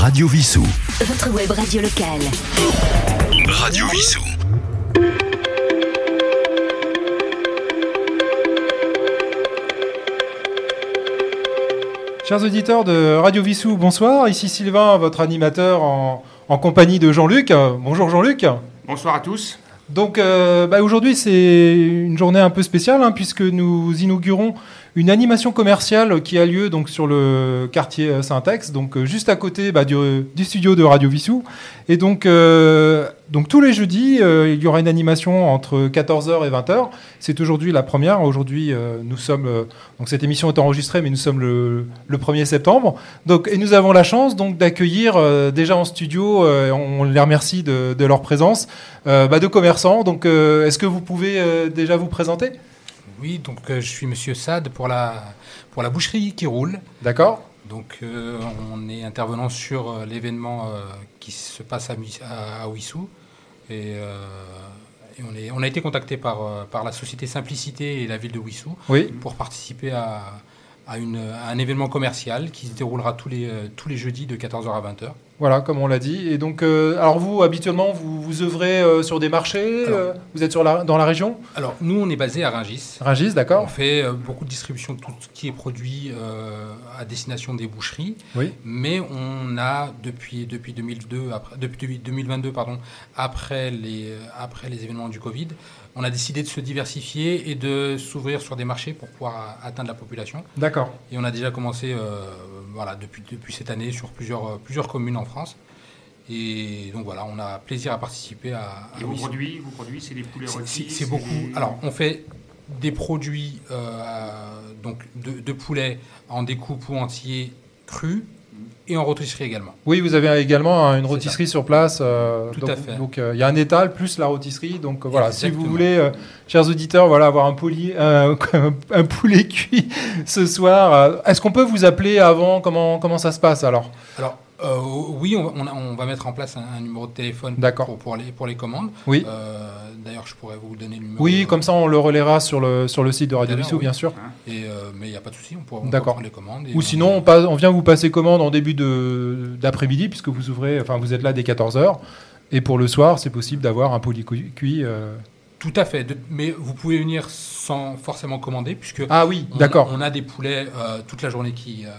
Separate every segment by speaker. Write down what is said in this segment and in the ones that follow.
Speaker 1: Radio Vissou.
Speaker 2: Votre web radio locale.
Speaker 1: Radio Vissou.
Speaker 3: Chers auditeurs de Radio Vissou, bonsoir. Ici Sylvain, votre animateur en, en compagnie de Jean-Luc. Euh, Bonjour Jean-Luc.
Speaker 4: Bonsoir à tous.
Speaker 3: Donc euh, bah, aujourd'hui c'est une journée un peu spéciale hein, puisque nous inaugurons une animation commerciale qui a lieu donc sur le quartier euh, Syntax, donc euh, juste à côté bah, du, du studio de Radio Vissou. Et donc, euh, donc tous les jeudis euh, il y aura une animation entre 14h et 20h. C'est aujourd'hui la première. Aujourd'hui euh, nous sommes euh, donc cette émission est enregistrée mais nous sommes le, le 1er septembre. Donc et nous avons la chance donc d'accueillir euh, déjà en studio euh, on les remercie de, de leur présence euh, bah, de commerçants. Donc euh, est-ce que vous pouvez euh, déjà vous présenter
Speaker 5: Oui, donc euh, je suis Monsieur Sade pour la, pour la boucherie qui roule.
Speaker 3: D'accord
Speaker 5: Donc euh, on est intervenant sur euh, l'événement euh, qui se passe à, Mis- à, à Wissou. Et, euh, et on, est, on a été contacté par, euh, par la société Simplicité et la ville de Wissou
Speaker 3: Oui.
Speaker 5: pour participer à, à une, à un événement commercial qui se déroulera tous les, euh, tous les jeudis de 14h à 20h.
Speaker 3: Voilà, comme on l'a dit. Et donc, euh, alors vous, habituellement, vous, vous œuvrez euh, sur des marchés
Speaker 5: Alors-
Speaker 3: euh, Vous êtes sur la, dans la région
Speaker 5: Alors nous, on est basé à Rungis.
Speaker 3: Rungis,
Speaker 5: On
Speaker 3: d'accord
Speaker 5: fait euh, beaucoup de distribution de tout ce qui est produit euh, à destination des boucheries.
Speaker 3: Oui.
Speaker 5: Mais on a depuis depuis 2002 après depuis 2022 pardon après les après les événements du Covid, on a décidé de se diversifier et de s'ouvrir sur des marchés pour pouvoir a- atteindre la population.
Speaker 3: D'accord.
Speaker 5: Et on a déjà commencé euh, voilà depuis depuis cette année sur plusieurs euh, plusieurs communes en France. Et donc voilà, on a plaisir à participer à. à
Speaker 4: Et vos
Speaker 5: Miss-
Speaker 4: produits, vos produits, c'est des poulets
Speaker 5: Ah c'est-
Speaker 4: rôtis.
Speaker 5: C'est c'est beaucoup.
Speaker 4: des-
Speaker 5: Alors, on fait des produits euh, donc de, de poulet en découpe ou entier cru
Speaker 4: Mm.
Speaker 5: et en rôtisserie également.
Speaker 3: Oui, vous avez également hein, une
Speaker 5: C'est
Speaker 3: rôtisserie sur place. euh,
Speaker 5: Tout
Speaker 3: donc,
Speaker 5: à fait.
Speaker 3: Donc, euh, il y a un étal plus la rôtisserie. Donc, euh, voilà, si
Speaker 5: Exactement.
Speaker 3: vous voulez, euh, chers auditeurs, voilà, avoir un, poli- euh, un poulet cuit ce soir, euh, est-ce qu'on peut vous appeler avant comment, comment ça se passe alors
Speaker 5: Alors, euh, oui, on, on a- on va mettre en place un, un numéro de téléphone
Speaker 3: D'accord.
Speaker 5: pour, pour les, pour les commandes.
Speaker 3: Oui.
Speaker 5: Euh, D'ailleurs, je pourrais vous donner le numéro.
Speaker 3: Oui, comme ça, on le relaiera sur le, sur le site de Radio
Speaker 5: Tout à l'heure,
Speaker 3: Bissou,
Speaker 5: oui.
Speaker 3: bien sûr.
Speaker 5: Et, euh, mais il n'y a pas de souci, on pourra on
Speaker 3: D'accord.
Speaker 5: pourra prendre les commandes. et
Speaker 3: Ou
Speaker 5: on-
Speaker 3: sinon, on, passe- on vient vous passer commande en début de- d'après-midi, puisque vous ouvrez, enfin, vous êtes là dès 14h. Et pour le soir, c'est possible d'avoir un poulet cu- cuit. euh.
Speaker 5: Tout à fait. de- mais vous pouvez venir sans forcément commander, puisque
Speaker 3: Ah oui,
Speaker 5: on,
Speaker 3: d'accord.
Speaker 5: on a des poulets euh, toute la journée qui, euh,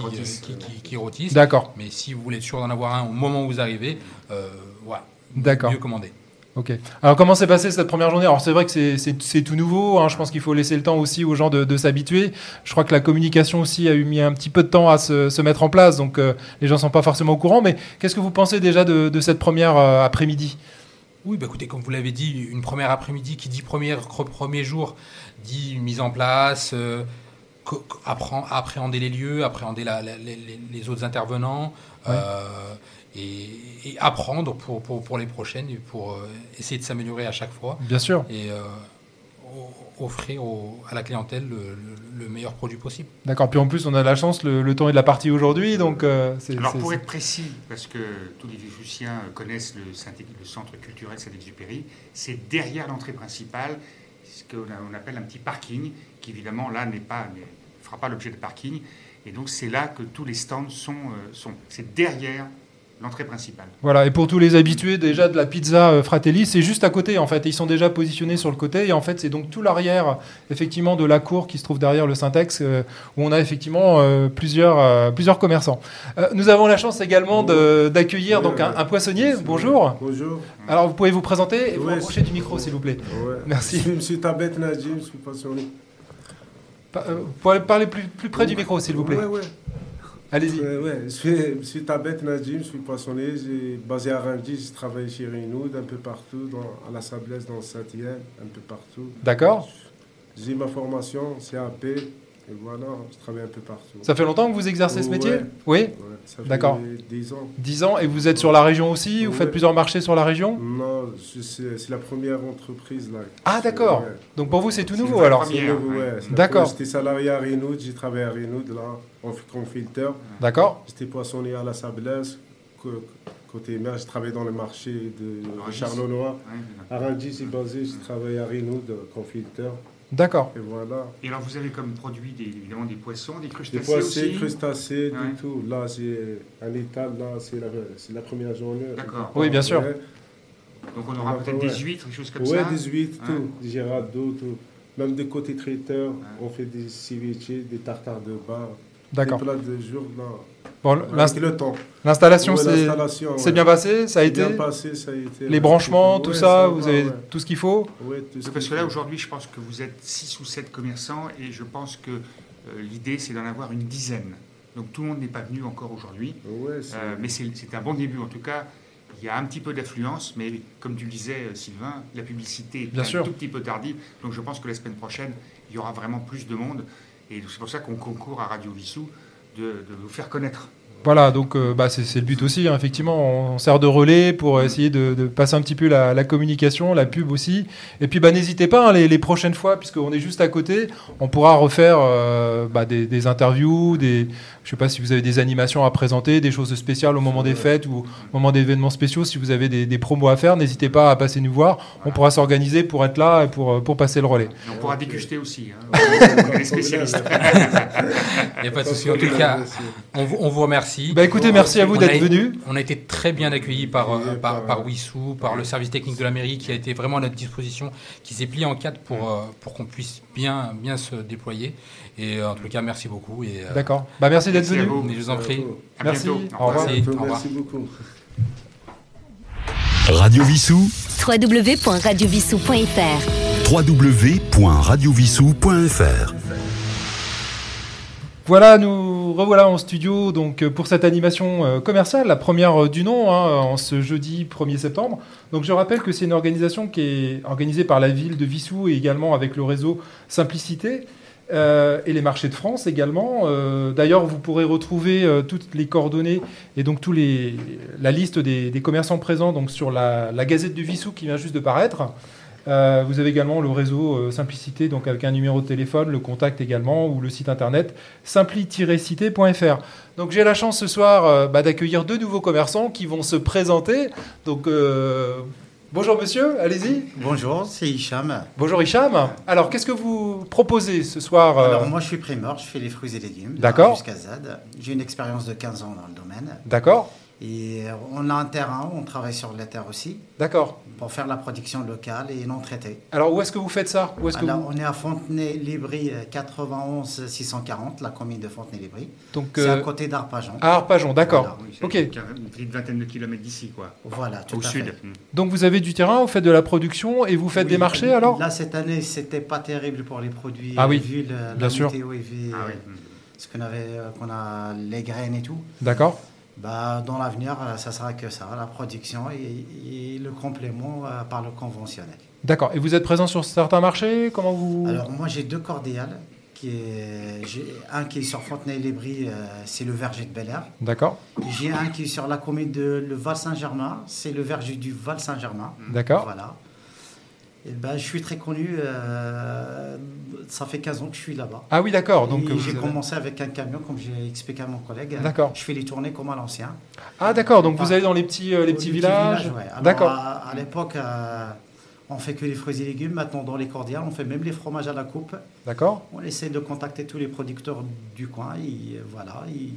Speaker 4: Qui rôtissent.
Speaker 5: euh, qui- qui- qui rôtissent.
Speaker 3: D'accord,
Speaker 5: Mais si vous voulez être sûr d'en avoir un au moment où vous arrivez, euh, voilà.
Speaker 3: D'accord.
Speaker 5: Mieux commander.
Speaker 3: ok. Alors, comment s'est passée cette première journée Alors, c'est vrai que c'est- c'est c'est tout nouveau. hein, Je pense qu'il faut laisser le temps aussi aux gens de, de s'habituer. Je crois que la communication aussi a eu mis un petit peu de temps à se, se mettre en place. Donc, euh, les gens ne sont pas forcément au courant. Mais qu'est-ce que vous pensez déjà de, de cette première euh, après-midi
Speaker 5: Oui, bah écoutez, comme vous l'avez dit, une première après-midi qui dit première, cre- premier jour, dit mise en place, euh, co- co- appren- appréhender les lieux, appréhender la- la- les, les- les autres intervenants,
Speaker 3: Ouais.
Speaker 5: euh, et, et apprendre pour, pour, pour les prochaines, et pour euh, essayer de s'améliorer à chaque fois
Speaker 3: Bien sûr.
Speaker 5: et euh, o- offrir au- à la clientèle le- le- le meilleur produit possible.
Speaker 3: D'accord. Puis en plus, on a de la chance, le, le temps est de la partie aujourd'hui. Donc, euh, c'est.
Speaker 4: Alors
Speaker 3: c'est-
Speaker 4: pour
Speaker 3: c'est-
Speaker 4: être précis, parce que tous les Vichoussiens connaissent le, Saint- le centre culturel Saint-Exupéry, c'est derrière l'entrée principale, ce qu'on a- on appelle un petit parking, qui évidemment là n'est pas, ne fera pas l'objet de parking. Et donc c'est là que tous les stands sont. euh, sont. C'est derrière l'entrée principale.
Speaker 3: Voilà, et pour tous les habitués déjà de la pizza euh, Fratelli, c'est juste à côté en fait. Ils sont déjà positionnés sur le côté et en fait c'est donc tout l'arrière effectivement de la cour qui se trouve derrière le syntaxe euh, où on a effectivement euh, plusieurs, euh, plusieurs commerçants. Euh, nous avons la chance également de- d'accueillir donc un, un poissonnier. Bonjour.
Speaker 6: Bonjour.
Speaker 3: Alors vous pouvez vous présenter et vous
Speaker 6: Ouais,
Speaker 3: rapprocher du micro s'il vous plaît.
Speaker 6: Ouais.
Speaker 3: Merci.
Speaker 6: Je suis Monsieur Tabet Nadji, je suis passionné.
Speaker 3: Pa- euh, vous pouvez parler plus, plus près du micro s'il vous plaît.
Speaker 6: Ouais, ouais.
Speaker 3: Allez-y.
Speaker 6: Euh, ouais. Je suis Monsieur Tabet Nadji, je suis passionné. J'ai basé à Rangis, je travaille chez Renaud, un peu partout, dans, à la Sablaise, dans Saint-Yen, un peu partout.
Speaker 3: D'accord.
Speaker 6: J'ai ma formation, CAP, et voilà, je travaille un peu partout.
Speaker 3: Ça fait longtemps que vous exercez ce
Speaker 6: Ouais.
Speaker 3: métier Oui
Speaker 6: Ouais, ça fait
Speaker 3: D'accord.
Speaker 6: 10 ans.
Speaker 3: 10 ans et vous êtes sur la région aussi Vous faites
Speaker 6: Ouais.
Speaker 3: plusieurs marchés sur la région
Speaker 6: Non, je- c'est c'est la première entreprise là.
Speaker 3: Ah d'accord.
Speaker 6: Ouais.
Speaker 3: Donc pour vous c'est tout
Speaker 4: C'est
Speaker 3: nouveau
Speaker 4: la
Speaker 3: alors
Speaker 4: Première,
Speaker 6: C'est nouveau,
Speaker 4: ouais.
Speaker 6: ouais, c'est la
Speaker 3: D'accord.
Speaker 6: première. J'étais salarié à Renaud, j'ai travaillé à Renaud, là, en, en filter.
Speaker 3: D'accord.
Speaker 6: J'étais poissonnier à la Sablaise, co- côté mer, je travaillais dans le marché de
Speaker 4: Rungis.
Speaker 6: Charleroi.
Speaker 4: Hein,
Speaker 6: À Rangis, c'est basé, je travaillais à Reynaud, euh, comme confiteur.
Speaker 3: D'accord.
Speaker 6: Et voilà.
Speaker 4: Et alors, vous avez comme produit des, évidemment des poissons, des
Speaker 6: Des
Speaker 4: crustacés
Speaker 6: poissons,
Speaker 4: aussi
Speaker 6: crustacés,
Speaker 4: Ouais.
Speaker 6: du tout. Là, c'est un étal, là, c'est la, c'est la première journée.
Speaker 4: D'accord.
Speaker 3: Oui, bien sûr.
Speaker 6: Ouais,
Speaker 4: Donc, on aura
Speaker 6: Ah,
Speaker 4: peut-être
Speaker 6: ouais.
Speaker 4: des huîtres, des choses comme
Speaker 6: ouais,
Speaker 4: ça.
Speaker 6: 18,
Speaker 4: Ouais.
Speaker 6: tout. Des Gérardos, tout. Même des côtés traiteurs, on fait des ceviches, des tartares de bar.
Speaker 3: D'accord.
Speaker 6: Des plats de jour, là.
Speaker 3: Bon, l'inst-
Speaker 6: Avec le temps.
Speaker 3: l'installation,
Speaker 6: Ouais,
Speaker 3: c'est
Speaker 6: l'installation,
Speaker 3: c'est
Speaker 6: ouais.
Speaker 3: bien passé, ça a été.
Speaker 6: Bien passé, ça a été.
Speaker 3: Les branchements, tout
Speaker 6: Ouais,
Speaker 3: ça,
Speaker 6: va,
Speaker 3: vous avez
Speaker 6: ouais.
Speaker 3: tout ce qu'il faut.
Speaker 6: Ouais, tout ce
Speaker 4: Parce
Speaker 6: qui-
Speaker 4: que là, aujourd'hui, je pense que vous êtes 6 ou 7 commerçants et je pense que euh, l'idée, c'est d'en avoir une dizaine. Donc, tout le monde n'est pas venu encore aujourd'hui.
Speaker 6: Ouais, c'est-
Speaker 4: Euh, mais c'est c'est un bon début, en tout cas. Il y a un petit peu d'affluence, mais comme tu le disais, euh, Sylvain, la publicité est
Speaker 3: Bien
Speaker 4: un
Speaker 3: sûr.
Speaker 4: tout petit peu tardive. Donc je pense que la semaine prochaine, il y aura vraiment plus de monde. Et c'est pour ça qu'on concourt à Radio Vissou de, de vous faire connaître.
Speaker 3: Voilà, donc euh, bah, c'est c'est le but aussi, hein, effectivement, on sert de relais pour essayer de, de passer un petit peu la, la communication, la pub aussi. Et puis bah, n'hésitez pas, hein, les, les prochaines fois, puisqu'on est juste à côté, on pourra refaire euh, bah, des, des interviews, des, je sais pas si vous avez des animations à présenter, des choses spéciales au moment des fêtes ou au moment d'événements spéciaux, si vous avez des, des promos à faire, n'hésitez pas à passer nous voir, on pourra s'organiser pour être là et pour, euh, pour passer le relais.
Speaker 4: Et on pourra
Speaker 6: Ok.
Speaker 4: déguster aussi. hein. On est les spécialistes.
Speaker 5: Il n'y a pas de souci. En tout cas, on vous, on vous remercie.
Speaker 3: Bah, écoutez, merci à vous
Speaker 5: On a-
Speaker 3: d'être venus.
Speaker 5: On a été très bien accueillis par, euh,
Speaker 6: Et
Speaker 5: par,
Speaker 6: par-
Speaker 5: par Wissou, par le service technique de la mairie qui a été vraiment à notre disposition, qui s'est plié en quatre pour, euh, pour qu'on puisse bien, bien se déployer. Et euh, en tout cas, merci beaucoup. Et, euh,
Speaker 3: D'accord, bah, merci d'être
Speaker 4: Merci à
Speaker 3: venu.
Speaker 4: vous.
Speaker 5: mais je vous en prie.
Speaker 4: À
Speaker 3: Merci.
Speaker 4: bientôt.
Speaker 3: Au revoir.
Speaker 5: Merci. Au revoir.
Speaker 6: Merci beaucoup.
Speaker 1: Radio Vissou,
Speaker 2: www.radiovissou.fr
Speaker 1: www.radiovissou.fr.
Speaker 3: Voilà, nous revoilà en studio donc euh, pour cette animation euh, commerciale, la première euh, du nom, hein, en ce jeudi 1er septembre. Donc je rappelle que c'est une organisation qui est organisée par la ville de Vissou et également avec le réseau Simplicité euh, et les marchés de France également. Euh, D'ailleurs, vous pourrez retrouver euh, toutes les coordonnées et donc tous les, la liste des, des commerçants présents donc sur la, la Gazette de Vissou qui vient juste de paraître. Euh, vous avez également le réseau euh, Simplicité, donc avec un numéro de téléphone, le contact également, ou le site internet simpli-cité.fr. Donc j'ai la chance ce soir euh, bah, d'accueillir deux nouveaux commerçants qui vont se présenter. Donc euh, bonjour monsieur, allez-y.
Speaker 7: Bonjour, c'est Hicham.
Speaker 3: Bonjour Hicham. Alors qu'est-ce que vous proposez ce soir euh,
Speaker 7: Alors moi je suis primeur, je fais les fruits et légumes. de
Speaker 3: D'accord.
Speaker 7: Jusqu'à ZAD. J'ai une expérience de 15 ans dans le domaine.
Speaker 3: D'accord,
Speaker 7: Et euh, on a un terrain, on travaille sur la terre aussi,
Speaker 3: d'accord.
Speaker 7: pour faire la production locale et non traitée.
Speaker 3: Alors où est-ce que vous faites ça Où est-ce que
Speaker 7: Alors
Speaker 3: vous-
Speaker 7: on est à Fontenay-Libry, euh, 91 640, la commune de Fontenay-Libry.
Speaker 3: Donc
Speaker 7: C'est à
Speaker 3: euh,
Speaker 7: côté d'Arpajon.
Speaker 3: à Arpajon, d'accord.
Speaker 7: Voilà,
Speaker 4: Oui, c'est
Speaker 3: Ok.
Speaker 4: Une petite vingtaine de kilomètres d'ici, quoi.
Speaker 7: Voilà, tout
Speaker 4: Au
Speaker 7: à
Speaker 4: sud.
Speaker 7: fait.
Speaker 4: Mm.
Speaker 3: Donc vous avez du terrain, vous faites de la production et vous faites
Speaker 7: Oui, euh,
Speaker 3: des marchés alors
Speaker 7: Là cette année, c'était pas terrible pour les produits. euh,
Speaker 3: Ah oui,
Speaker 7: vu le- la
Speaker 3: bien sûr.
Speaker 7: météo et vu
Speaker 4: Ah oui.
Speaker 7: euh,
Speaker 4: Mm.
Speaker 7: ce qu'on avait, euh, qu'on a les graines et tout.
Speaker 3: D'accord.
Speaker 7: Bah, dans l'avenir, euh, ça sera que ça, la production et, et le complément euh, par le conventionnel.
Speaker 3: D'accord. Et vous êtes présent sur certains marchés Comment vous
Speaker 7: Alors moi j'ai deux cordéales, qui est, j'ai un qui est sur Fontenay-les-Bris, euh, c'est le verger de Bel Air.
Speaker 3: D'accord,
Speaker 7: J'ai un qui est sur la commune de le Val-Saint-Germain, c'est le verger du Val-Saint-Germain.
Speaker 3: d'accord.
Speaker 7: euh, Voilà. Et ben, je suis très connu, euh, ça fait 15 ans que je suis là-bas.
Speaker 3: Ah oui, d'accord. Donc
Speaker 7: Et
Speaker 3: euh, vous
Speaker 7: j'ai
Speaker 3: avez-
Speaker 7: commencé avec un camion, comme j'ai expliqué à mon collègue.
Speaker 3: D'accord.
Speaker 7: Je fais les tournées comme à l'ancien.
Speaker 3: Ah d'accord. Donc vous allez dans les petits euh, les petits villages.
Speaker 7: ouais. Alors,
Speaker 3: D'accord.
Speaker 7: À, à l'époque, euh, on fait que les fruits et légumes. Maintenant, dans les cordiales, on fait même les fromages à la coupe.
Speaker 3: D'accord.
Speaker 7: On essaie de contacter tous les producteurs du coin. Et euh, voilà. Et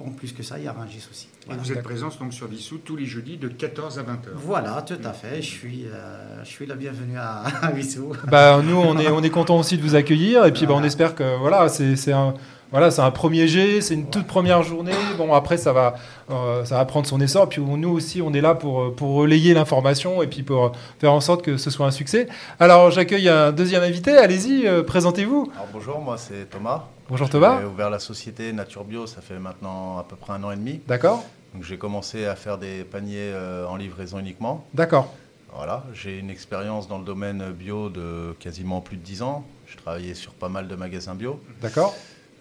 Speaker 7: en plus que ça, il y a Rangis aussi.
Speaker 4: Et
Speaker 7: Voilà.
Speaker 4: vous êtes
Speaker 3: D'accord.
Speaker 4: présents donc sur Vissou tous les jeudis de 14 à 20 heures.
Speaker 7: Voilà, tout à fait. Je suis, euh, je suis la bienvenue à, à Wissou.
Speaker 3: Bah nous on est on est content aussi de vous accueillir et puis bah, on espère que voilà c'est c'est un voilà, c'est un premier jet, c'est une toute première journée. Bon, après, ça va, euh, ça va prendre son essor. Puis nous aussi, on est là pour, euh, pour relayer l'information et puis pour euh, faire en sorte que ce soit un succès. Alors, j'accueille un deuxième invité. Allez-y, euh, présentez-vous.
Speaker 8: Alors bonjour, moi c'est Thomas.
Speaker 3: Bonjour
Speaker 8: J'ai
Speaker 3: Thomas.
Speaker 8: ouvert la société Nature Bio, ça fait maintenant à peu près un an et demi.
Speaker 3: D'accord
Speaker 8: Donc j'ai commencé à faire des paniers euh, en livraison uniquement.
Speaker 3: D'accord.
Speaker 8: Voilà, j'ai une expérience dans le domaine bio de quasiment plus de 10 ans. J'ai travaillé sur pas mal de magasins bio.
Speaker 3: D'accord.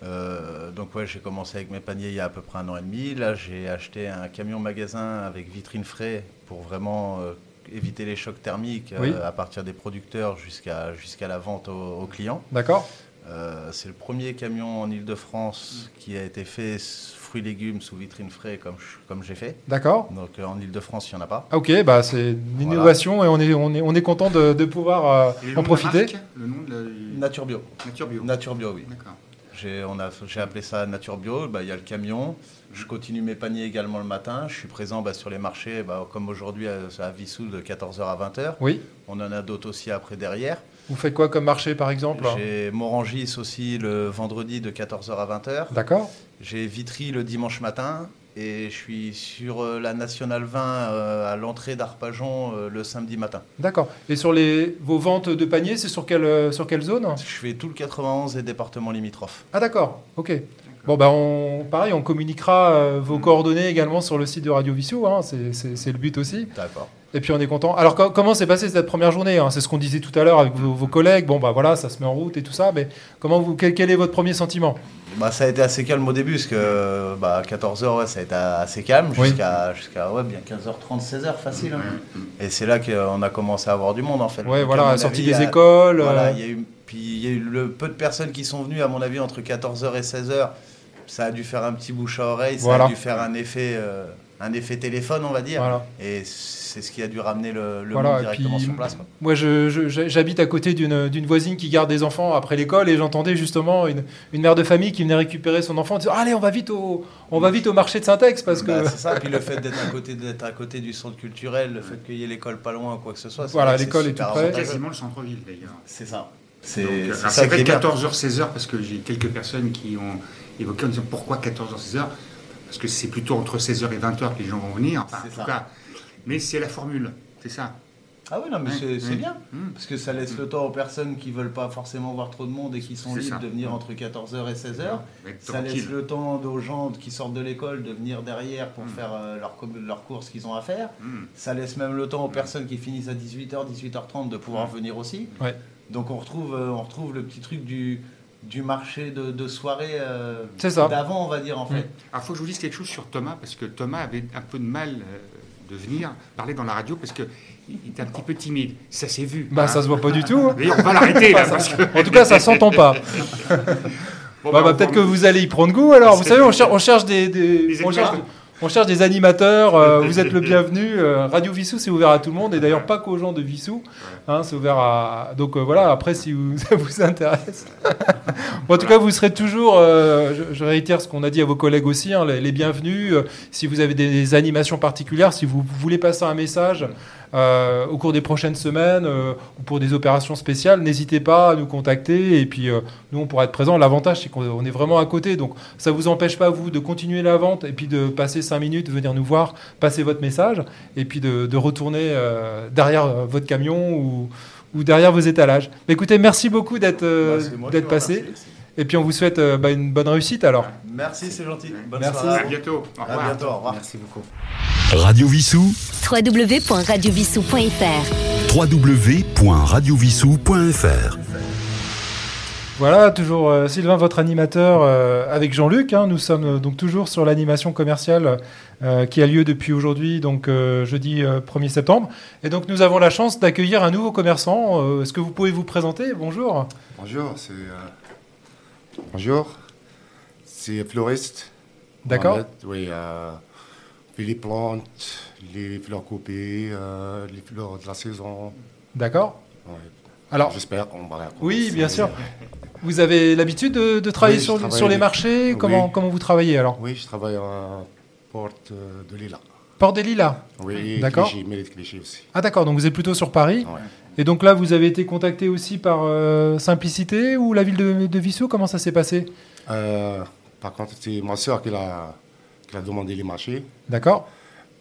Speaker 8: Euh, donc ouais, j'ai commencé avec mes paniers il y a à peu près un an et demi. Là, j'ai acheté un camion magasin avec vitrine frais pour vraiment euh, éviter les chocs thermiques euh,
Speaker 3: Oui.
Speaker 8: à partir des producteurs jusqu'à jusqu'à la vente aux aux clients.
Speaker 3: D'accord.
Speaker 8: Euh, c'est le premier camion en Ile-de-France qui a été fait s- fruits légumes sous vitrine frais comme, je- comme j'ai fait.
Speaker 3: D'accord.
Speaker 8: Donc euh, en Ile-de-France, il n'y en a pas.
Speaker 3: Ah, Ok, bah c'est une
Speaker 8: Voilà.
Speaker 3: innovation et on est, on est, on est content de, de pouvoir euh,
Speaker 4: Et le nom
Speaker 3: en
Speaker 4: de la
Speaker 3: profiter.
Speaker 4: marque, le nom de la-
Speaker 8: Nature bio.
Speaker 4: Nature bio.
Speaker 8: Nature bio, oui.
Speaker 4: D'accord.
Speaker 8: J'ai on a- j'ai appelé ça Nature Bio. Bah, Il y a le camion. Je continue mes paniers également le matin. Je suis présent bah, sur les marchés, bah, comme aujourd'hui à, à Vissou de 14h à 20h.
Speaker 3: Oui.
Speaker 8: On en a d'autres aussi après derrière.
Speaker 3: Vous faites quoi comme marché, par exemple
Speaker 8: J'ai Morangis aussi le vendredi de 14h à 20h.
Speaker 3: D'accord.
Speaker 8: J'ai Vitry le dimanche matin. Et je suis sur euh, la Nationale 20 euh, à l'entrée d'Arpajon euh, le samedi matin.
Speaker 3: D'accord. Et sur les, vos ventes de panier, c'est sur quelle, euh, sur quelle zone
Speaker 8: Je fais tout le 91 et département limitrophe.
Speaker 3: Ah d'accord, ok. Bon bah on, pareil, on communiquera euh,
Speaker 8: Mm.
Speaker 3: vos coordonnées également sur le site de Radio Vissou, hein, c'est- c'est c'est le but aussi.
Speaker 8: D'accord.
Speaker 3: Et puis on est content. Alors co- comment s'est passée cette première journée hein C'est ce qu'on disait tout à l'heure avec vos, vos collègues. Bon bah voilà, ça se met en route et tout ça. Mais comment vous, quel, quel est votre premier sentiment
Speaker 8: Bah, ça a été assez calme au début, parce que bah, à 14h, ouais, ça a été assez calme,
Speaker 3: Oui. Mm,
Speaker 8: jusqu'à jusqu'à, ouais, bien 15h30, 16h facile. hein. Et c'est là qu'on a commené à avoir du monde, en fait.
Speaker 3: Ouais
Speaker 8: Donc, à
Speaker 3: voilà,
Speaker 8: mon
Speaker 3: la sortie
Speaker 8: avis,
Speaker 3: des
Speaker 8: à-
Speaker 3: écoles.
Speaker 8: Voilà,
Speaker 3: euh,
Speaker 8: il y a eu, puis il y a eu le peu de personnes qui sont venues, à mon avis, entre 14h et 16h. Ça a dû faire un petit bouche à oreille, ça
Speaker 3: Voilà.
Speaker 8: a dû faire un effet, euh, un effet téléphone, on va dire.
Speaker 3: Voilà.
Speaker 8: Et c'est ce qui a dû ramener le, le
Speaker 3: Voilà,
Speaker 8: monde
Speaker 3: et
Speaker 8: directement
Speaker 3: puis-
Speaker 8: sur place. quoi.
Speaker 3: Moi, je- je- je- j'habite à côté d'une d'une voisine qui garde des enfants après l'école et j'entendais justement une, une mère de famille qui venait récupérer son enfant en disant Allez, on va vite au, on va vite au marché de Syntex parce que.
Speaker 8: Bah, c'est ça, puis le fait d'être à côté d'être à côté du centre culturel, le fait qu'il y ait l'école pas loin ou quoi que ce soit. c'est
Speaker 3: Voilà,
Speaker 8: vrai que
Speaker 3: l'école
Speaker 8: c'est
Speaker 3: est
Speaker 8: super
Speaker 3: tout près.
Speaker 8: avantageux.
Speaker 4: Quasiment le centre-ville d'ailleurs.
Speaker 8: C'est ça.
Speaker 4: Donc,
Speaker 8: C'est
Speaker 4: euh,
Speaker 8: c'est
Speaker 4: alors,
Speaker 8: ça
Speaker 4: C'est
Speaker 8: qui
Speaker 4: vrai
Speaker 8: est bien.
Speaker 4: 14h, 16h, parce que j'ai quelques personnes qui ont évoqué en disant pourquoi 14h, 16h Parce que c'est plutôt entre 16h et 20h que les gens vont venir, enfin, en
Speaker 8: C'est
Speaker 4: tout
Speaker 8: ça.
Speaker 4: cas. Mais c'est la formule, c'est ça.
Speaker 8: Ah oui, non, mais
Speaker 4: Mm,
Speaker 8: c'est c'est
Speaker 4: mm,
Speaker 8: bien.
Speaker 4: mm.
Speaker 8: Parce que ça laisse le temps aux personnes qui veulent pas forcément voir trop de monde et qui sont
Speaker 4: C'est
Speaker 8: libres
Speaker 4: ça.
Speaker 8: de venir entre 14h et 16h.
Speaker 4: On va être
Speaker 8: Ça laisse
Speaker 4: tranquille.
Speaker 8: le temps aux gens qui sortent de l'école de venir derrière
Speaker 4: Mmh.
Speaker 8: pour faire euh, leurs com- leurs courses qu'ils ont à faire.
Speaker 4: Mm.
Speaker 8: Ça laisse même le
Speaker 4: Mmh.
Speaker 8: temps aux personnes qui finissent à 18h, 18h30 de pouvoir venir aussi.
Speaker 3: Ouais.
Speaker 8: Donc on retrouve, euh, on retrouve le petit truc du, du marché de, de soirée euh,
Speaker 3: C'est ça. Mmh.
Speaker 8: d'avant, on va dire en fait.
Speaker 4: Alors, faut que je vous dise quelque chose sur Thomas, parce que Thomas avait un peu de mal euh, de venir parler dans la radio, parce qu'il était un petit peu timide. Ça s'est vu.
Speaker 3: Bah,
Speaker 4: hein.
Speaker 3: ça se voit pas du tout. hein.
Speaker 4: D'ailleurs, on va l'arrêter là,
Speaker 3: Ça-
Speaker 4: parce que.
Speaker 3: En tout cas, ça s'entend pas.
Speaker 4: Bon,
Speaker 3: Bah,
Speaker 4: bah,
Speaker 3: bah,
Speaker 4: on
Speaker 3: peut-être que
Speaker 4: va-
Speaker 3: vous allez y prendre goût alors. Vous
Speaker 4: C'est-
Speaker 3: savez, on, cher- on cherche des, des-
Speaker 4: Des
Speaker 3: on, cherche,
Speaker 4: animateurs.
Speaker 3: on cherche des animateurs. euh, vous êtes le bienvenu. euh, Radio Vissou, c'est ouvert à tout le monde et d'ailleurs pas qu'aux gens de Vissou. hein, c'est ouvert à. Donc euh, voilà. Après, si vous, ça vous intéresse. Bon, en tout cas, vous serez toujours. euh, je, je réitère ce qu'on a dit à vos collègues aussi. hein, les, les bienvenus. Euh, si vous avez des, des animations particulières, si vous voulez passer un message. euh, au cours des prochaines semaines euh, ou pour des opérations spéciales, n'hésitez pas à nous contacter et puis euh, nous, on pourra être présent. L'avantage, c'est qu'on on est vraiment à côté. Donc, ça vous empêche pas, vous, de continuer la vente et puis de passer 5 minutes, venir nous voir, passer votre message et puis de, de retourner euh, derrière euh, votre camion ou, ou derrière vos étalages. Mais écoutez, merci beaucoup d'être euh,
Speaker 8: Bah, c'est moi qui
Speaker 3: d'être
Speaker 8: vous
Speaker 3: passé.
Speaker 8: remercie.
Speaker 3: Et puis, on vous souhaite euh, bah, une bonne réussite alors.
Speaker 8: Merci, c'est gentil. Bonne
Speaker 3: Merci.
Speaker 8: soirée.
Speaker 4: À bientôt. Au
Speaker 8: À
Speaker 4: revoir.
Speaker 8: bientôt, au revoir.
Speaker 7: Merci beaucoup.
Speaker 1: Radio Vissou,
Speaker 2: www.radiovissou.fr
Speaker 1: www.radiovissou.fr.
Speaker 3: Voilà, toujours euh, Sylvain, votre animateur euh, avec Jean-Luc. hein. nous sommes euh, donc toujours sur l'animation commerciale euh, qui a lieu depuis aujourd'hui, donc euh, jeudi euh, 1er septembre. Et donc nous avons la chance d'accueillir un nouveau commerçant. Euh, Est-ce que vous pouvez vous présenter Bonjour.
Speaker 9: Bonjour, c'est. euh, Bonjour, c'est fleuriste.
Speaker 3: D'accord.
Speaker 9: Mohamed, Oui, euh, puis les plantes, les fleurs coupées, euh, les fleurs de la saison.
Speaker 3: D'accord.
Speaker 9: Ouais.
Speaker 3: Alors,
Speaker 9: J'espère qu'on va la
Speaker 3: oui,
Speaker 9: commencer.
Speaker 3: bien sûr. Vous avez l'habitude de, de travailler
Speaker 9: Oui, je
Speaker 3: sur,
Speaker 9: travaille
Speaker 3: sur les
Speaker 9: les-
Speaker 3: marchés
Speaker 9: Oui.
Speaker 3: comment, comment vous travaillez alors
Speaker 9: Oui, je travaille à Porte euh, de Lila.
Speaker 3: Port des Lilas.
Speaker 9: Oui, et
Speaker 3: D'accord.
Speaker 9: Clichy, mérite Clichy aussi.
Speaker 3: Ah d'accord, donc vous êtes plutôt sur Paris.
Speaker 9: Ouais.
Speaker 3: Et donc là, vous avez été contacté aussi par euh, Simplicité ou la ville de, de Vissou Comment ça s'est passé
Speaker 9: Euh, par contre, c'est ma soeur qui l'a qui l'a demandé les marchés.
Speaker 3: D'accord.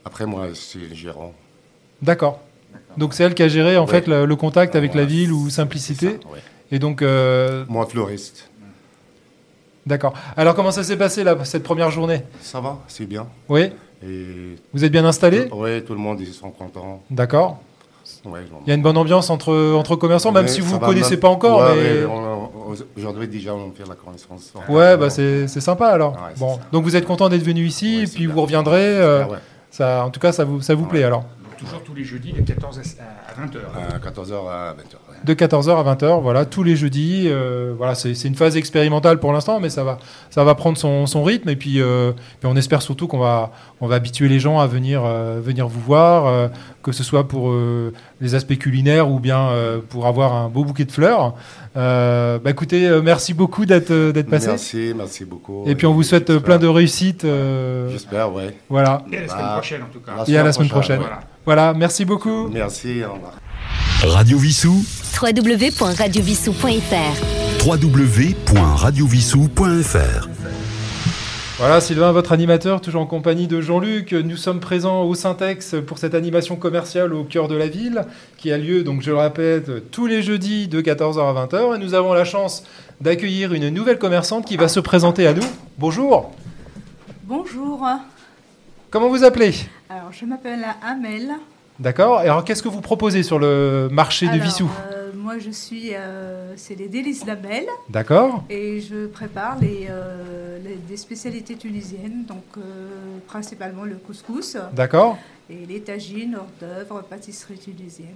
Speaker 9: Après, moi, c'est le gérant.
Speaker 3: D'accord. Donc c'est elle qui a géré en
Speaker 9: Ouais.
Speaker 3: fait le, le contact avec
Speaker 9: Voilà,
Speaker 3: la ville ou
Speaker 9: c'est
Speaker 3: Simplicité.
Speaker 9: ça, ouais.
Speaker 3: Et donc, euh,
Speaker 9: Moi, fleuriste.
Speaker 3: d'accord. Alors comment ça s'est passé là, cette première journée
Speaker 9: Ça va, c'est bien.
Speaker 3: Oui,
Speaker 9: Et
Speaker 3: vous êtes bien installé
Speaker 9: Oui, tout le monde, ils sont contents.
Speaker 3: D'accord.
Speaker 9: Ouais, vraiment.
Speaker 3: Il y a une bonne ambiance entre, entre commerçants, même
Speaker 9: Ouais,
Speaker 3: si
Speaker 9: ça
Speaker 3: vous ne
Speaker 9: va,
Speaker 3: connaissez
Speaker 9: même-
Speaker 3: pas encore.
Speaker 9: Ouais,
Speaker 3: mais... euh,
Speaker 9: ouais, on- on- Aujourd'hui, déjà, on fait la connaissance.
Speaker 3: Ouais, bah c'est c'est sympa alors.
Speaker 9: Ouais, c'est
Speaker 3: bon,
Speaker 9: ça.
Speaker 3: donc vous êtes content d'être venu ici,
Speaker 9: Ouais,
Speaker 3: et
Speaker 9: c'est
Speaker 3: puis
Speaker 9: bien.
Speaker 3: vous reviendrez. euh,
Speaker 9: Ah ouais.
Speaker 3: ça, en tout cas, ça vous, ça vous
Speaker 9: Ouais.
Speaker 3: plaît alors.
Speaker 4: toujours tous les jeudis de 14 à 20h.
Speaker 8: Euh,
Speaker 9: À 14h à 20h. ouais.
Speaker 3: de 14h à 20h, voilà, tous les jeudis. euh, voilà, c'est c'est une phase expérimentale pour l'instant, mais ça va, ça va prendre son, son rythme. Et puis, euh, puis on espère surtout qu'on va, on va habituer les gens à venir, euh, venir vous voir, euh, que ce soit pour euh, les aspects culinaires ou bien euh, pour avoir un beau bouquet de fleurs. Euh, bah, écoutez, euh, merci beaucoup d'être euh, d'être passé.
Speaker 9: Merci, merci beaucoup.
Speaker 3: Et puis on vous souhaite euh,
Speaker 9: j'espère-
Speaker 3: plein de réussites. euh,
Speaker 9: J'espère, ouais.
Speaker 3: voilà.
Speaker 4: Dès la semaine
Speaker 9: Bah,
Speaker 4: prochaine, en tout cas.
Speaker 3: Et à la semaine prochaine.
Speaker 4: Voilà.
Speaker 3: Voilà, merci beaucoup.
Speaker 9: Merci, au revoir.
Speaker 1: Radio Vissou,
Speaker 2: www.radiovissou.fr
Speaker 1: www.radiovissou.fr.
Speaker 3: Voilà Sylvain, votre animateur, toujours en compagnie de Jean-Luc. Nous sommes présents au Syntex pour cette animation commerciale au cœur de la ville qui a lieu, donc je le répète, tous les jeudis de 14h à 20h. Et nous avons la chance d'accueillir une nouvelle commerçante qui va se présenter à nous. Bonjour,
Speaker 10: Bonjour,
Speaker 3: comment vous appelez
Speaker 10: alors je m'appelle Amel.
Speaker 3: D'accord, et alors qu'est-ce que vous proposez sur le marché de
Speaker 10: Alors,
Speaker 3: Vissou
Speaker 10: euh, moi je suis, euh, c'est les délices d'Amel
Speaker 3: D'accord,
Speaker 10: et je prépare les, euh, les- des spécialités tunisiennes, donc euh, principalement le couscous
Speaker 3: d'accord,
Speaker 10: et les tagines, hors d'œuvre, pâtisserie tunisienne.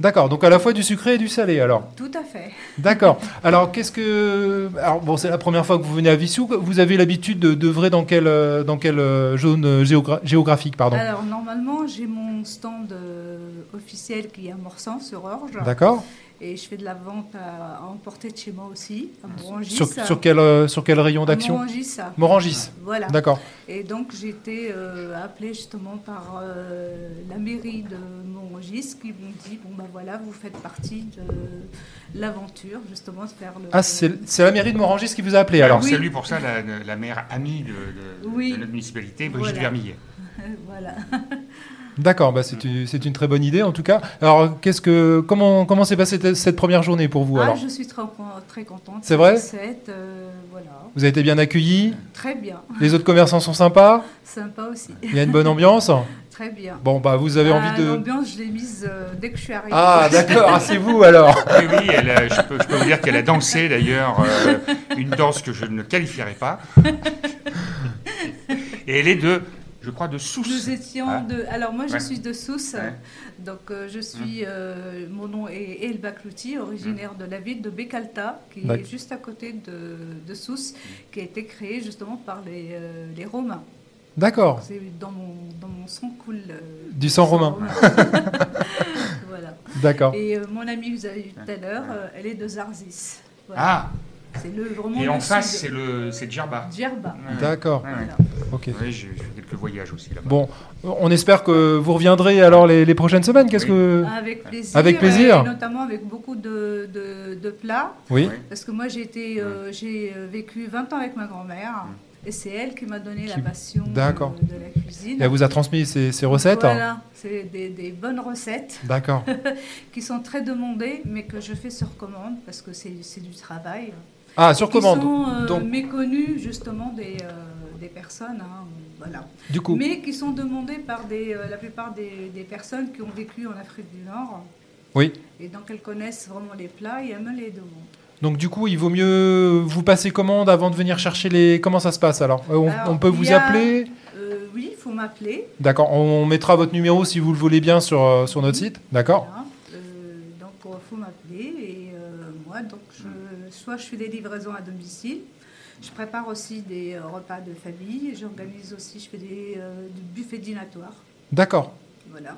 Speaker 3: d'accord. Donc à la fois du sucré et du salé alors.
Speaker 10: Tout à fait.
Speaker 3: D'accord. Alors, qu'est-ce que. Alors, bon, c'est la première fois que vous venez à Vissou. Vous avez l'habitude de- d'œuvrer dans quelle, euh, dans quelle euh, zone euh, géogra- géographique pardon.
Speaker 10: Alors normalement j'ai mon stand euh, officiel qui est à Morsan sur Orge
Speaker 3: D'accord.
Speaker 10: et je fais de la vente à, à emporter de chez moi aussi, à Morangis.
Speaker 3: Sur, sur, quel, euh, sur quel rayon
Speaker 10: À
Speaker 3: d'action
Speaker 10: Morangis.
Speaker 3: Morangis.
Speaker 10: Voilà.
Speaker 3: D'accord.
Speaker 10: Et donc j'ai été euh, appelée justement par euh, la mairie de Montregis qui m'ont dit bon ben voilà vous faites partie de l'aventure justement de faire le
Speaker 3: Ah, c'est c'est la mairie de Morangis qui vous a appelé alors.
Speaker 10: Oui.
Speaker 4: Salut pour ça la, la maire amie de, de-
Speaker 10: Oui.
Speaker 4: de notre municipalité, Brigitte
Speaker 10: Voilà.
Speaker 4: Vermillet.
Speaker 10: voilà
Speaker 3: D'accord, bah, c'est une, c'est une très bonne idée en tout cas. Alors, qu'est-ce que. Comment comment s'est passée cette- cette première journée pour vous
Speaker 10: ah
Speaker 3: alors
Speaker 10: je suis très con- très contente
Speaker 3: C'est vrai
Speaker 10: Cette, euh, voilà
Speaker 3: Vous avez été bien accueillis
Speaker 10: très bien
Speaker 3: Les autres commerçants sont sympas
Speaker 10: sympa aussi
Speaker 3: Il y a une bonne ambiance
Speaker 10: très bien
Speaker 3: Bon, bah, vous avez
Speaker 10: Ah,
Speaker 3: envie de.
Speaker 10: l'ambiance je l'ai mise euh, dès que je suis arrivée
Speaker 3: Ah, d'accord, ah, c'est vous alors
Speaker 4: Oui, oui, elle a- je, peux, je peux vous dire qu'elle a dansé d'ailleurs euh, une danse que je ne qualifierai pas. Et elle est de, je crois, de Sousse.
Speaker 10: Nous étions
Speaker 4: Ah.
Speaker 10: de. Alors moi, je
Speaker 4: Ouais.
Speaker 10: suis de Sousse,
Speaker 4: Ouais.
Speaker 10: donc euh, je suis. euh, mon nom est Elba Clouty, originaire de la ville de Bécalta, qui
Speaker 3: D'ac-
Speaker 10: est juste à côté de, de Sousse,
Speaker 3: Mm.
Speaker 10: qui a été créée justement par les, euh, les Romains.
Speaker 3: D'accord.
Speaker 10: C'est dans mon, dans mon sang coule. euh,
Speaker 3: Du sang romain.
Speaker 10: voilà.
Speaker 3: D'accord.
Speaker 10: Et euh, mon amie, vous avez vu tout à l'heure, euh, elle est de Zarzis. Voilà.
Speaker 4: Ah,
Speaker 10: C'est le vraiment.
Speaker 4: et
Speaker 10: le
Speaker 4: en face,
Speaker 10: sud.
Speaker 4: c'est le, c'est Djerba.
Speaker 10: Djerba.
Speaker 4: Ouais, ouais.
Speaker 3: D'accord.
Speaker 4: Ouais, ouais.
Speaker 3: Ok.
Speaker 4: Oui, j'ai j'ai fait quelques voyages aussi là-bas.
Speaker 3: Bon, on espère que vous reviendrez alors les, les prochaines semaines. Qu'est-ce
Speaker 4: Oui.
Speaker 3: que
Speaker 10: Avec plaisir.
Speaker 3: Euh,
Speaker 10: euh,
Speaker 3: Avec plaisir.
Speaker 10: et notamment avec beaucoup de, de- de plats.
Speaker 3: Oui.
Speaker 10: Parce que moi, j'ai été, euh, j'ai euh, vécu 20 ans avec ma grand-mère. Et c'est elle qui m'a donné
Speaker 3: Qui-
Speaker 10: la passion euh,
Speaker 3: D'accord.
Speaker 10: de la cuisine.
Speaker 3: Et Elle vous a transmis ses, ses recettes. hein.
Speaker 10: Voilà, c'est des, des bonnes recettes
Speaker 3: D'accord.
Speaker 10: qui sont très demandées, mais que je fais sur commande parce que c'est c'est du travail.
Speaker 3: Ah, sur
Speaker 10: Qui
Speaker 3: commande.
Speaker 10: sont euh,
Speaker 3: Donc-
Speaker 10: méconnues justement des, euh, des personnes. hein, voilà.
Speaker 3: Du coup,
Speaker 10: Mais qui sont demandées par des, euh, la plupart des, des personnes qui ont vécu en Afrique du Nord.
Speaker 3: oui.
Speaker 10: Et donc elles connaissent vraiment les plats et elles me les demandent.
Speaker 3: Donc du coup, il vaut mieux vous passer commande avant de venir chercher les. Comment ça se passe alors Euh, on,
Speaker 10: Alors,
Speaker 3: on peut
Speaker 10: il
Speaker 3: vous
Speaker 10: y a-
Speaker 3: appeler.
Speaker 10: Euh, oui, il faut m'appeler.
Speaker 3: D'accord. On mettra votre numéro si vous le voulez bien sur euh, sur notre site. D'accord.
Speaker 10: Voilà. Euh, donc il faut m'appeler et euh, moi, donc je, Euh, soit je fais des livraisons à domicile, je prépare aussi des euh, repas de famille, j'organise aussi, je fais des, euh, du buffet dînatoire,
Speaker 3: D'accord.
Speaker 10: voilà,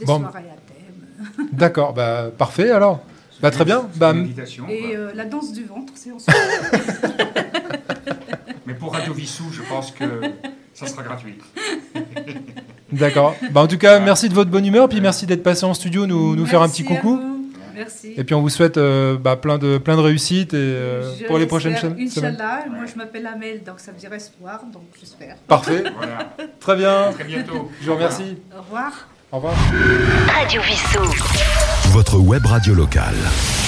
Speaker 10: des
Speaker 3: Bon.
Speaker 10: soirées à thème.
Speaker 3: D'accord. Bah parfait alors. Bah très bien.
Speaker 4: C'est
Speaker 3: Bah,
Speaker 4: une invitation, quoi.
Speaker 10: Et euh, la danse du ventre, c'est en soirée.
Speaker 4: Mais pour Radio Vissou, je pense que ça sera gratuit.
Speaker 3: d'accord. Bah en tout cas, merci de votre bonne humeur, puis merci d'être passé en studio nous nous faire un petit
Speaker 10: Merci à
Speaker 3: coucou.
Speaker 10: vous. Merci.
Speaker 3: Et puis on vous souhaite euh, bah, plein de plein de réussites et euh,
Speaker 10: Je
Speaker 3: pour les
Speaker 10: l'espère,
Speaker 3: prochaines cha- semaines.
Speaker 10: Inch'Allah, moi je m'appelle Amel, donc ça me dirait espoir, donc j'espère.
Speaker 3: Parfait.
Speaker 4: Voilà, à
Speaker 3: Très bien.
Speaker 4: très bientôt.
Speaker 3: Je vous remercie.
Speaker 10: Au revoir.
Speaker 3: Au revoir.
Speaker 2: Radio Vissou.
Speaker 1: Votre web radio locale.